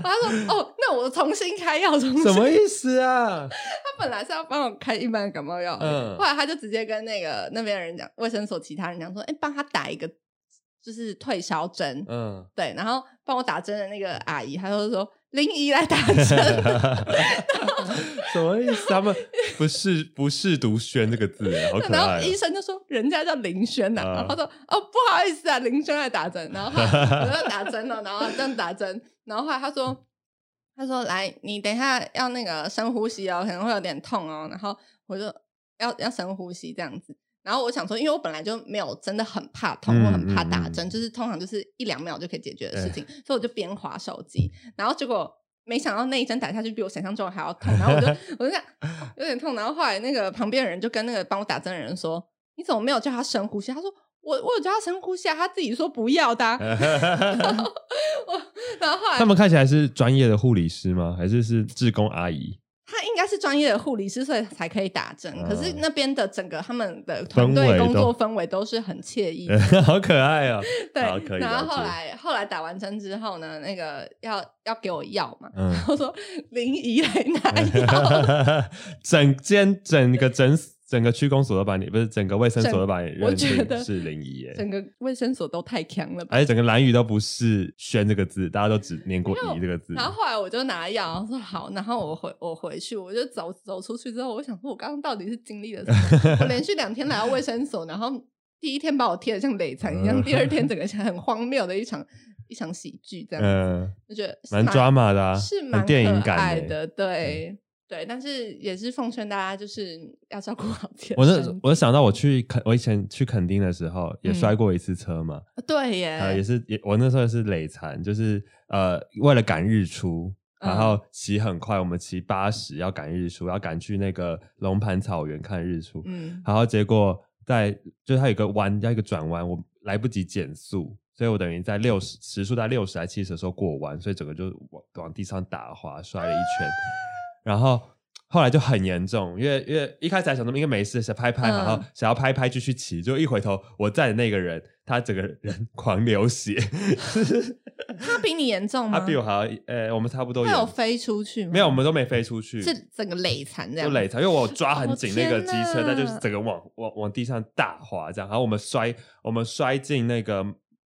Speaker 1: 他说：“哦，那我重新开药，重新
Speaker 2: 什么意思啊？
Speaker 1: 他本来是要帮我开一般的感冒药，
Speaker 2: 嗯
Speaker 1: 后来他就直接跟那个那边的人讲，卫生所其他人讲说，哎、帮他打一个就是退烧针，
Speaker 2: 嗯，
Speaker 1: 对，然后帮我打针的那个阿姨，她就说林姨来打针，
Speaker 2: 什么意思？他们不是不是读“轩”这个字，好可
Speaker 1: 然
Speaker 2: 爱
Speaker 1: 后
Speaker 2: 啊。
Speaker 1: 医生就说人家叫林轩呐、
Speaker 2: 嗯
Speaker 1: 然后他说哦不好意思啊，林轩来打针，然后她我就打针了，然后这样打针，然后后来他说。他说：“来，你等一下要那个深呼吸哦，可能会有点痛哦。”然后我就要要深呼吸这样子。然后我想说，因为我本来就没有真的很怕痛，
Speaker 2: 嗯
Speaker 1: 或很怕打针，
Speaker 2: 嗯嗯
Speaker 1: 就是通常就是一两秒就可以解决的事情，所以我就边划手机，然后结果。没想到那一针打下去比我想象中的还要痛，然后 我就我就想哦有点痛，然后后来那个旁边的人就跟那个帮我打针的人说：“你怎么没有叫他深呼吸？”他说：“我我有叫他深呼吸啊，他自己说不要的啊、然后后来
Speaker 2: 他们看起来是专业的护理师吗？还是是志工阿姨？
Speaker 1: 他应该是专业的护理师，所以才可以打针。
Speaker 2: 嗯
Speaker 1: 可是那边的整个他们的团队
Speaker 2: 氛围都
Speaker 1: 工作氛围都是很惬 意的，
Speaker 2: 好可爱啊！
Speaker 1: 对
Speaker 2: 好可，以
Speaker 1: 然后
Speaker 2: 了
Speaker 1: 后
Speaker 2: 解
Speaker 1: 来后来打完针之后呢，那个要要给我药嘛，
Speaker 2: 嗯
Speaker 1: 然后说林姨来拿 药，
Speaker 2: 整间整个整整个区公所都把你不是整个卫生所都把你
Speaker 1: 整我
Speaker 2: 认
Speaker 1: 觉得
Speaker 2: 定是林怡耶，
Speaker 1: 整个卫生所都太强了吧。
Speaker 2: 而且整个蓝宇都不是“轩”这个字，大家都只念过“怡”这个字
Speaker 1: 然。后后来我就拿药，然后说好，然后我回我回去，我就走走出去之后，我想说，我刚刚到底是经历了什么？我连续两天来到卫生所，然后第一天把我贴的像累残一样，
Speaker 2: 嗯
Speaker 1: 第二天整个像很荒谬的一场一场喜剧，这样、
Speaker 2: 嗯，
Speaker 1: 就觉得
Speaker 2: 蛮抓马的啊，
Speaker 1: 是
Speaker 2: 很
Speaker 1: 蛮
Speaker 2: 电影
Speaker 1: 可爱
Speaker 2: 感耶。嗯
Speaker 1: 的，对。对，但是也是奉劝大家，就是要照顾好自己的
Speaker 2: 我
Speaker 1: 身体。
Speaker 2: 那我想到我去垦，我以前去垦丁的时候也
Speaker 1: 嗯
Speaker 2: 摔过一次车嘛，
Speaker 1: 呃对
Speaker 2: 啊，也
Speaker 1: 耶，
Speaker 2: 是也，我那时候也是累残，就是呃，为了赶日出，然
Speaker 1: 嗯
Speaker 2: 后骑很快，我们骑八十要赶日出，要赶去那个龙盘草原看日出，
Speaker 1: 嗯，
Speaker 2: 然后结果在就是它有一个弯，要一个转弯，我来不及减速，所以我等于在六十时速在六十还七十的时候过弯，所以整个就往往地上打滑，摔了一圈，然后。后来就很严重，因为因为一开始还想说应该没事，想拍拍，然后
Speaker 1: 嗯
Speaker 2: 想要拍拍继续骑，就一回头，我站的那个人，他整个人 狂流血，
Speaker 1: 他比你严重吗？
Speaker 2: 他比我还要，呃，我们差不多
Speaker 1: 嗯他
Speaker 2: 严
Speaker 1: 有飞出去吗？
Speaker 2: 没有，我们都没飞出去，
Speaker 1: 是整个累残这样
Speaker 2: 就
Speaker 1: 吗。
Speaker 2: 累残，因为我抓很紧那个
Speaker 1: 哦
Speaker 2: 机
Speaker 1: 天
Speaker 2: 车，
Speaker 1: 哪
Speaker 2: 它就是整个往往往地上大滑这样，然后我们摔，我们摔进那个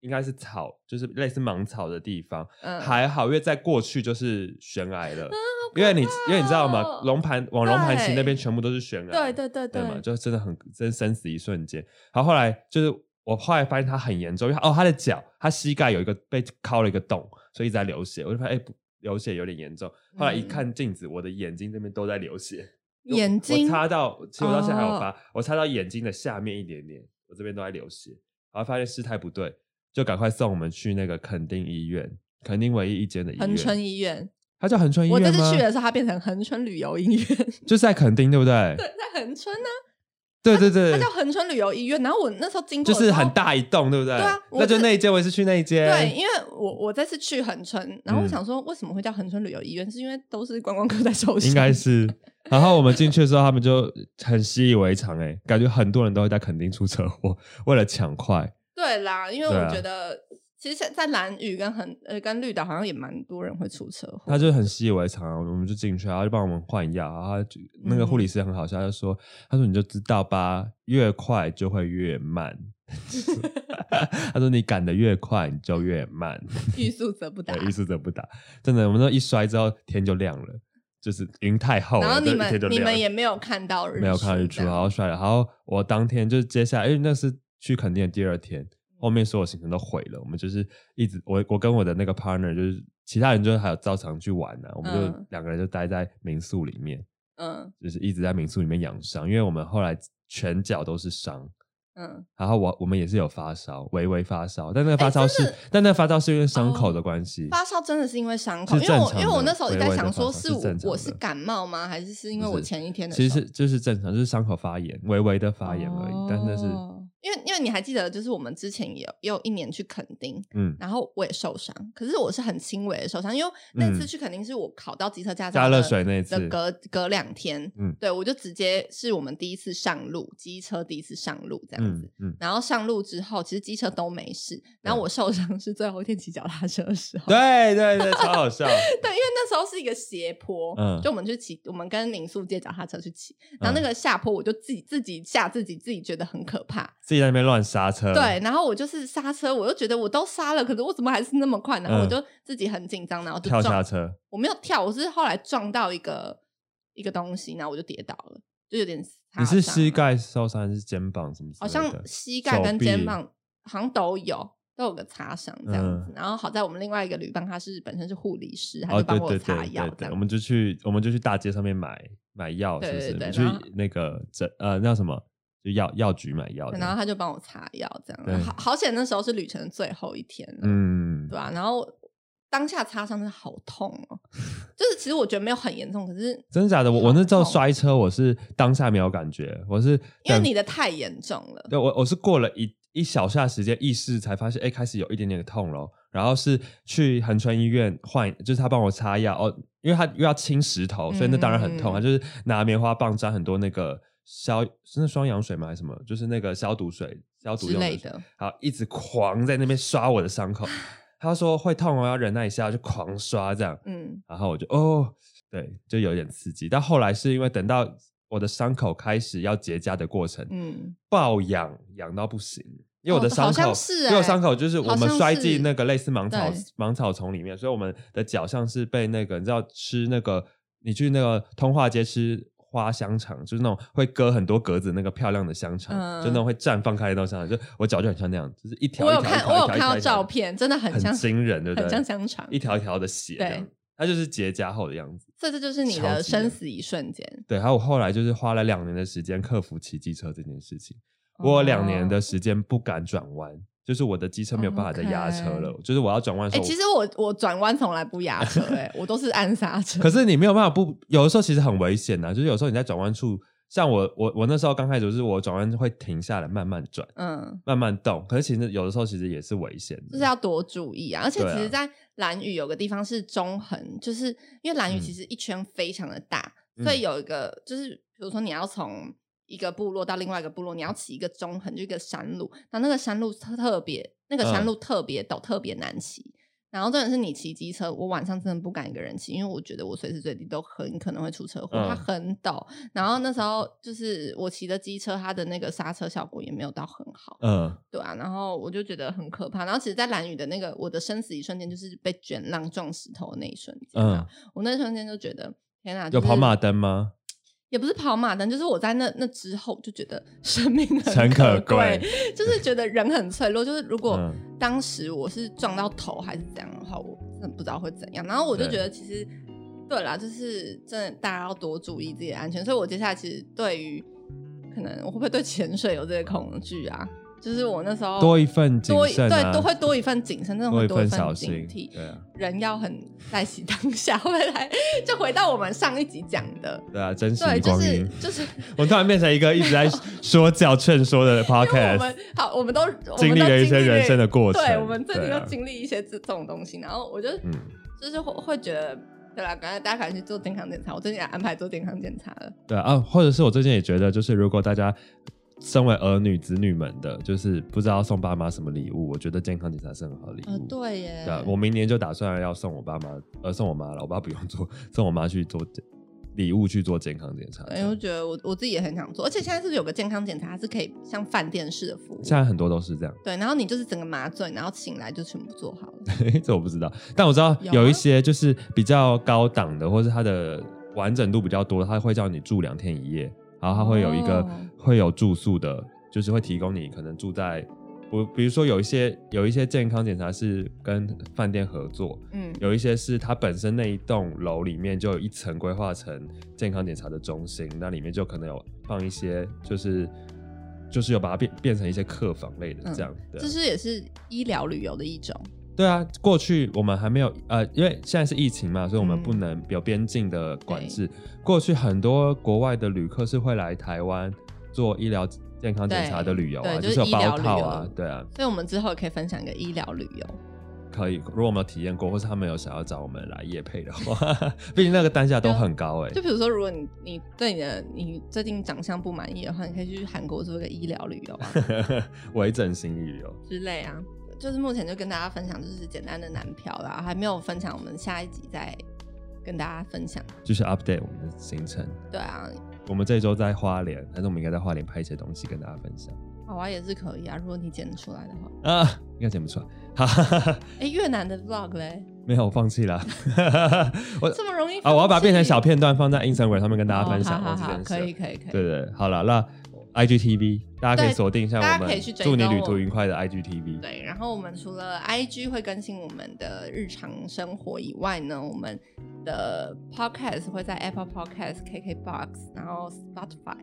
Speaker 2: 应该是草，就是类似芒草的地方，
Speaker 1: 嗯，啊
Speaker 2: 还好，因为在过去就是悬崖了，因为你因为你知道吗？龙盘往龙盘行那边全部都是悬崖，
Speaker 1: 哦对对对
Speaker 2: 啊对嘛，就真的很真生死一瞬间。然后后来就是我后来发现他很严重，因为他哦他的脚，他膝盖有一个被敲了一个洞，所以一直在流血。我就发现哎、不流血有点严重。后来一
Speaker 1: 嗯
Speaker 2: 看镜子，我的眼睛这边都在流血，就
Speaker 1: 眼
Speaker 2: 我
Speaker 1: 睛
Speaker 2: 我擦到，其实我到现在还有
Speaker 1: 哦
Speaker 2: 疤，我擦到眼睛的下面一点点，我这边都在流血。然后发现事态不对，就赶快送我们去那个垦丁医院，垦丁唯一一间的医院。
Speaker 1: 恒春医院。
Speaker 2: 它叫恒春医
Speaker 1: 我
Speaker 2: 院
Speaker 1: 这次
Speaker 2: 吗？
Speaker 1: 去的时候，它变成恒春旅游 医院，
Speaker 2: 就是在垦丁，对不对？
Speaker 1: 在恒春呢、
Speaker 2: 对对对
Speaker 1: 它叫恒春旅游医院。然后我那时候经过
Speaker 2: 就
Speaker 1: 的时候，
Speaker 2: 是很大一栋，对不对？
Speaker 1: 对啊我
Speaker 2: 那就
Speaker 1: 这
Speaker 2: 那一间，我也是去那一间。
Speaker 1: 对，因为我我这次去恒春，然后我
Speaker 2: 嗯
Speaker 1: 想说，为什么会叫恒春旅游医院？是因为都是观光客在收钱，
Speaker 2: 应该是。然后我们进去的时候，他们就很习以为常、欸，哎，感觉很多人都会在垦丁出车祸，为了抢快。
Speaker 1: 对啦。因为
Speaker 2: 对
Speaker 1: 我
Speaker 2: 啊
Speaker 1: 觉得，其实，在在蓝屿跟恒呃跟绿岛，好像也蛮多人会出车祸。
Speaker 2: 他就很习以为常啊，我们就进去，然后就帮我们换药，然后他就那个护
Speaker 1: 嗯
Speaker 2: 理师很好笑，他就说：“他说你就知道吧，越快就会 越慢。”他说：“你赶得越快，你就越慢。
Speaker 1: 欲速则不达
Speaker 2: 对，。遇事者不打，真的，我们那一摔之后，天就亮了，就是云太厚了，
Speaker 1: 然后你
Speaker 2: 就
Speaker 1: 们
Speaker 2: 天就
Speaker 1: 你
Speaker 2: 亮
Speaker 1: 们
Speaker 2: 了
Speaker 1: 也没有看到日
Speaker 2: 没有看到日
Speaker 1: 出
Speaker 2: 出，
Speaker 1: 这
Speaker 2: 然
Speaker 1: 样
Speaker 2: 后摔了，然后啊我当天就是接下来，因为那是去垦丁的第二天，后面所有行程都毁了，我们就是一直我我跟我的那个 partner 就是其他人就是还有照常去玩啊呢、我们就
Speaker 1: 嗯
Speaker 2: 两个人就待在民宿里面，
Speaker 1: 嗯
Speaker 2: 就是一直在民宿里面养伤，因为我们后来全脚都是伤。
Speaker 1: 嗯，
Speaker 2: 然后我我们也是有发烧，微微发烧，但那个发
Speaker 1: 哎
Speaker 2: 烧
Speaker 1: 真
Speaker 2: 是，
Speaker 1: 的
Speaker 2: 但那个发烧是因为伤
Speaker 1: 哦
Speaker 2: 口的关系，
Speaker 1: 发烧真的是因为伤口，
Speaker 2: 是
Speaker 1: 因为我
Speaker 2: 正常
Speaker 1: 因
Speaker 2: 的
Speaker 1: 为我那时候也
Speaker 2: 微
Speaker 1: 在
Speaker 2: 微的
Speaker 1: 想说，
Speaker 2: 发烧
Speaker 1: 是
Speaker 2: 是
Speaker 1: 我
Speaker 2: 正常
Speaker 1: 我
Speaker 2: 的
Speaker 1: 是感冒吗？还是是因为
Speaker 2: 不
Speaker 1: 我
Speaker 2: 是
Speaker 1: 前一天的
Speaker 2: 其
Speaker 1: 烧
Speaker 2: 实是就是正常，就是伤口发炎，微微的发炎而已，但那是
Speaker 1: 哦因为因为你还记得，就是我们之前有有一年去垦丁，
Speaker 2: 嗯，
Speaker 1: 然后我也受伤，可是我是很轻微的受伤，因为那次
Speaker 2: 嗯
Speaker 1: 去肯定是我考到机车驾照
Speaker 2: 加热
Speaker 1: 的
Speaker 2: 水那一次
Speaker 1: 的，隔隔两天，
Speaker 2: 嗯
Speaker 1: 对我就直接是我们第一次上路，机车第一次上路这样子。
Speaker 2: 嗯嗯，
Speaker 1: 然后上路之后，其实机车都没事，然后我受伤是最后一天骑脚踏车的时候，
Speaker 2: 对对 对，超好笑，
Speaker 1: 对，因为那时候是一个斜坡，
Speaker 2: 嗯
Speaker 1: 就我们去骑，我们跟民宿借脚踏车去骑，然后
Speaker 2: 嗯
Speaker 1: 那个下坡我就自己自己吓自己，自己觉得很可怕，
Speaker 2: 自己在那边乱刹车，
Speaker 1: 对，，然后我就是刹车，我又觉得我都刹了，可是我怎么还是那么快？然后我就自己很紧张，然后就
Speaker 2: 嗯跳下
Speaker 1: 撞，
Speaker 2: 车，
Speaker 1: 我没有跳，我是后来撞到一个一个东西，然后我就跌倒了，就有点擦
Speaker 2: 你是
Speaker 1: 伤
Speaker 2: 膝
Speaker 1: 了，
Speaker 2: 盖受伤还是肩膀什么之
Speaker 1: 好
Speaker 2: 类的？
Speaker 1: 像膝盖
Speaker 2: 手
Speaker 1: 跟
Speaker 2: 臂
Speaker 1: 肩膀好像都有都有个擦伤这样子。
Speaker 2: 嗯
Speaker 1: 然后好在我们另外一个旅伴他是本身是护理师，他
Speaker 2: 哦，
Speaker 1: 就帮
Speaker 2: 对
Speaker 1: 我
Speaker 2: 对
Speaker 1: 擦
Speaker 2: 对
Speaker 1: 药
Speaker 2: 对
Speaker 1: 这
Speaker 2: 对，我
Speaker 1: 样。
Speaker 2: 们就去我们就去大街上面买买药，是
Speaker 1: 对
Speaker 2: 不
Speaker 1: 对
Speaker 2: 是？我
Speaker 1: 对然
Speaker 2: 们
Speaker 1: 后
Speaker 2: 去那个诊呃那叫什么，就药药局买药的，
Speaker 1: 然后他就帮我擦药这样。
Speaker 2: 嗯对
Speaker 1: 好好险那时候是旅程的最后一天了，
Speaker 2: 嗯
Speaker 1: 对，吧、啊然后当下擦伤真的好痛哦，就是其实我觉得没有很严重，可是
Speaker 2: 真假的，我我那时候
Speaker 1: 好痛
Speaker 2: 摔车，我是当下没有感觉，我是
Speaker 1: 因为
Speaker 2: 等
Speaker 1: 你的太严重了，
Speaker 2: 对我我是过了一一小下时间意识才发现，哎，开始有一点点的痛咯。然后是去恒春医院换，就是他帮我擦药哦，因为他又要清石头，所以那当然很痛。
Speaker 1: 嗯
Speaker 2: 他就是拿棉花棒沾很多那个消是那双氧水吗？还是什么？就是那个消毒水、消毒
Speaker 1: 之
Speaker 2: 用
Speaker 1: 类
Speaker 2: 水
Speaker 1: 的，
Speaker 2: 然后一直狂在那边刷我的伤 口。他说会痛哦，要忍耐一下，就狂刷这样。
Speaker 1: 嗯，
Speaker 2: 然后我就哦，对，就有点刺激。但后来是因为等到我的伤口开始要结痂的过程，
Speaker 1: 嗯，
Speaker 2: 爆痒，痒到不行。因为我的
Speaker 1: 哦
Speaker 2: 伤口，
Speaker 1: 好像是
Speaker 2: 因为
Speaker 1: 欸
Speaker 2: 我伤口就是
Speaker 1: 好
Speaker 2: 我们
Speaker 1: 像
Speaker 2: 摔
Speaker 1: 是
Speaker 2: 进那个类似芒草
Speaker 1: 对
Speaker 2: 芒草丛里面，所以我们的脚像是被那个你知道吃那个你去那个通化街吃花香肠，就是那种会割很多格子那个漂亮的香肠，就那种会绽放开的那种香肠，就我脚就很像那样，就是一
Speaker 1: 嗯
Speaker 2: 条
Speaker 1: 我
Speaker 2: 一
Speaker 1: 有
Speaker 2: 条一条一
Speaker 1: 看，
Speaker 2: 条
Speaker 1: 我有
Speaker 2: 一条
Speaker 1: 看
Speaker 2: 一条
Speaker 1: 到照，片，真的很
Speaker 2: 很
Speaker 1: 像
Speaker 2: 惊人，对不对？
Speaker 1: 很像香肠，
Speaker 2: 一条一条的血，
Speaker 1: 对
Speaker 2: 对，它就是结痂后的样子。
Speaker 1: 这这就是你
Speaker 2: 超
Speaker 1: 的
Speaker 2: 级的
Speaker 1: 生死一瞬间。
Speaker 2: 对，还有我后来就是花了两年的时间克服骑机车这件事情。我有两年的
Speaker 1: 哦，
Speaker 2: 时间不敢转弯，就是我的机车没有办法再压车了
Speaker 1: OK
Speaker 2: 就是我要转弯的
Speaker 1: 哎、
Speaker 2: 时候。
Speaker 1: 其实我我转弯从来不 压车、哎，我都是按刹车。
Speaker 2: 可是你没有办法不，有的时候其实很危险呐、就是有时候你在转弯处，像我我我那时候刚开始就是我转弯会停下来慢慢转，
Speaker 1: 嗯，
Speaker 2: 慢慢动，可是其实有的时候其实也是危险的，
Speaker 1: 就是要多注意啊！而且
Speaker 2: 对啊
Speaker 1: 其实，在蓝屿有个地方是中横，就是因为蓝屿
Speaker 2: 嗯
Speaker 1: 其实一圈非常的大，
Speaker 2: 嗯
Speaker 1: 所以有一个就是，比如说你要从一个部落到另外一个部落，你要骑一个中横，就一个山路，然后那个山路特特别，那个
Speaker 2: 嗯
Speaker 1: 山路特别陡，特别难骑。然后重点是你骑机车，我晚上真的不敢一个人骑，因为我觉得我随时随地都很可能会出车祸，
Speaker 2: 嗯
Speaker 1: 它很陡。然后那时候就是我骑的机车，它的那个刹车效果也没有到很好。
Speaker 2: 嗯
Speaker 1: 对啊，然后我就觉得很可怕。然后其实，在蓝雨的那个我的生死一瞬间，就是被卷浪撞石头的那一瞬间、
Speaker 2: 嗯
Speaker 1: 啊。，我那一瞬间就觉得，天啊哪！就
Speaker 2: 有
Speaker 1: 是
Speaker 2: 跑马灯吗？
Speaker 1: 也不是跑马灯，就是我在那那之后就觉得 生命
Speaker 2: 诚
Speaker 1: 很
Speaker 2: 可
Speaker 1: 贵
Speaker 2: 贵，
Speaker 1: 就是觉得人很脆弱。就是如果
Speaker 2: 嗯
Speaker 1: 当时我是撞到头还是怎样的话，我真的不知道会怎样。然后我就
Speaker 2: 对
Speaker 1: 觉得其实对啦，就是真的大家要多注意自己的安全。所以我接下来其实对于可能我会不会对潜水有这个恐惧啊？就是我那时候
Speaker 2: 多一份谨
Speaker 1: 多一
Speaker 2: 慎、
Speaker 1: 对，
Speaker 2: 啊，
Speaker 1: 都会多一份谨慎，真的
Speaker 2: 多
Speaker 1: 会
Speaker 2: 一
Speaker 1: 多一
Speaker 2: 份
Speaker 1: 份
Speaker 2: 小
Speaker 1: 警
Speaker 2: 心，
Speaker 1: 惕。
Speaker 2: 对啊，
Speaker 1: 人要很在其当下， 会不会来？就回到我们上一集讲的，
Speaker 2: 对啊，珍惜
Speaker 1: 对，就
Speaker 2: 光阴。
Speaker 1: 是就是，
Speaker 2: 我突然变成一个一直在 说教劝说的
Speaker 1: 因为我
Speaker 2: podcast，
Speaker 1: 们好，我们都我们都
Speaker 2: 经历了一些人生的过程
Speaker 1: 对，我们最近
Speaker 2: 对啊
Speaker 1: 都经历一些这种东西，然后我就
Speaker 2: 嗯，
Speaker 1: 就是会会觉得，对啦，感觉大家赶快去做健康检查，我最近也安排做健康检查了，
Speaker 2: 对啊，或者是我最近也觉得，就是如果大家身为儿女子女们的，就是不知道送爸妈什么礼物，我觉得健康检查是很好的礼物。
Speaker 1: 呃，对耶，
Speaker 2: 对啊，我明年就打算要送我爸妈，呃，送我妈了，我爸不用做，送我妈去做健礼物去做健康检查。
Speaker 1: 对，因为我觉得我我自己也很想做，而且现在是不是有个健康检查，它是可以像饭店式的服务，
Speaker 2: 现在很多都是这样，
Speaker 1: 对，然后你就是整个麻醉，然后醒来就全部做好了。
Speaker 2: 这我不知道，但我知道
Speaker 1: 有啊
Speaker 2: 有一些就是比较高档的，或是它的完整度比较多，他会叫你住两天一夜，然后他会有一个、
Speaker 1: 哦
Speaker 2: 会有住宿的，就是会提供你可能住在，不，比如说有一些有一些健康检查是跟饭店合作，
Speaker 1: 嗯，
Speaker 2: 有一些是它本身那一栋楼里面就有一层规划成健康检查的中心，那里面就可能有放一些就是就是有把它变变成一些客房类的这样。对
Speaker 1: 嗯
Speaker 2: 啊
Speaker 1: 这是也是医疗旅游的一种。
Speaker 2: 对啊，过去我们还没有呃，因为现在是疫情嘛，所以我们
Speaker 1: 嗯
Speaker 2: 不能有边境的管制。过去很多国外的旅客是会来台湾做医疗健康检查的旅游啊，
Speaker 1: 对就
Speaker 2: 就
Speaker 1: 是
Speaker 2: 有
Speaker 1: 医
Speaker 2: 包
Speaker 1: 疗旅
Speaker 2: 套啊
Speaker 1: 游，
Speaker 2: 对啊，
Speaker 1: 所以我们之后也可以分享一个医疗旅游。
Speaker 2: 可以。如果我们有体验过，或是他们有想要找我们来夜配的话， 毕竟那个单价都很高哎、
Speaker 1: 就比如说，如果你你对你的你最近长相不满意的话，你可以去韩国做一个医疗旅游 啊
Speaker 2: 微整形旅游，
Speaker 1: 之类啊。就是目前就跟大家分享，就是简单的男票啦，还没有分享，我们下一集再跟大家分享。
Speaker 2: 就是 update 我们的行程。
Speaker 1: 对啊，
Speaker 2: 我们这周在花莲，但是我们应该在花莲拍一些东西跟大家分享
Speaker 1: 好啊也是可以啊，如果你剪得出来的话。
Speaker 2: 啊，应该剪不出来，哈哈哈 哈，
Speaker 1: 哎、越南的 vlog 嘞，
Speaker 2: 没有，我 放弃了，我
Speaker 1: 这么容易
Speaker 2: 啊，我要把它变成小
Speaker 1: 片
Speaker 2: 片段放在 Instagram 上面跟大家分享。
Speaker 1: 好
Speaker 2: 忘记
Speaker 1: 好
Speaker 2: 这
Speaker 1: 好，
Speaker 2: 件事
Speaker 1: 可以
Speaker 2: 了，
Speaker 1: 可以可以。
Speaker 2: 对对，好了，那 IGTV 大家可以
Speaker 1: 对
Speaker 2: 锁定一下
Speaker 1: 大
Speaker 2: 我
Speaker 1: 家可
Speaker 2: 们
Speaker 1: 以去追
Speaker 2: 祝你
Speaker 1: 踪
Speaker 2: 旅
Speaker 1: 我
Speaker 2: 途
Speaker 1: 们
Speaker 2: 愉快的 IGTV。
Speaker 1: 对，然后我们除了 IG 会更新我们的日常生活以外呢，我们的 Podcast 会在 Apple Podcast、KKBox，然后 Spotify，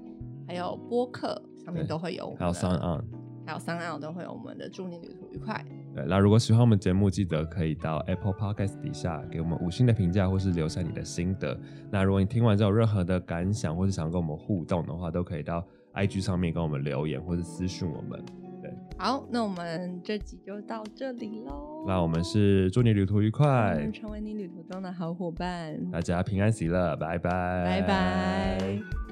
Speaker 1: 还有播客上面
Speaker 2: 对
Speaker 1: 都会有我们
Speaker 2: 还有啊
Speaker 1: 的
Speaker 2: Sound On，
Speaker 1: 还有 s o n 都会有我们的祝你旅途愉快。
Speaker 2: 对，那如果喜欢我们节目，记得可以到 Apple Podcast 底下给我们五星的评价，或是留下你的心得。那如果你听完之后有任何的感想，或是想跟我们互动的话，都可以到 IG 上面跟我们留言，或是私讯我们。
Speaker 1: 好，那我们这集就到这里喽。
Speaker 2: 那我们是祝你旅途愉快
Speaker 1: 嗯，成为你旅途中的好伙伴，
Speaker 2: 大家平安喜乐，拜
Speaker 1: 拜
Speaker 2: 拜，
Speaker 1: 拜。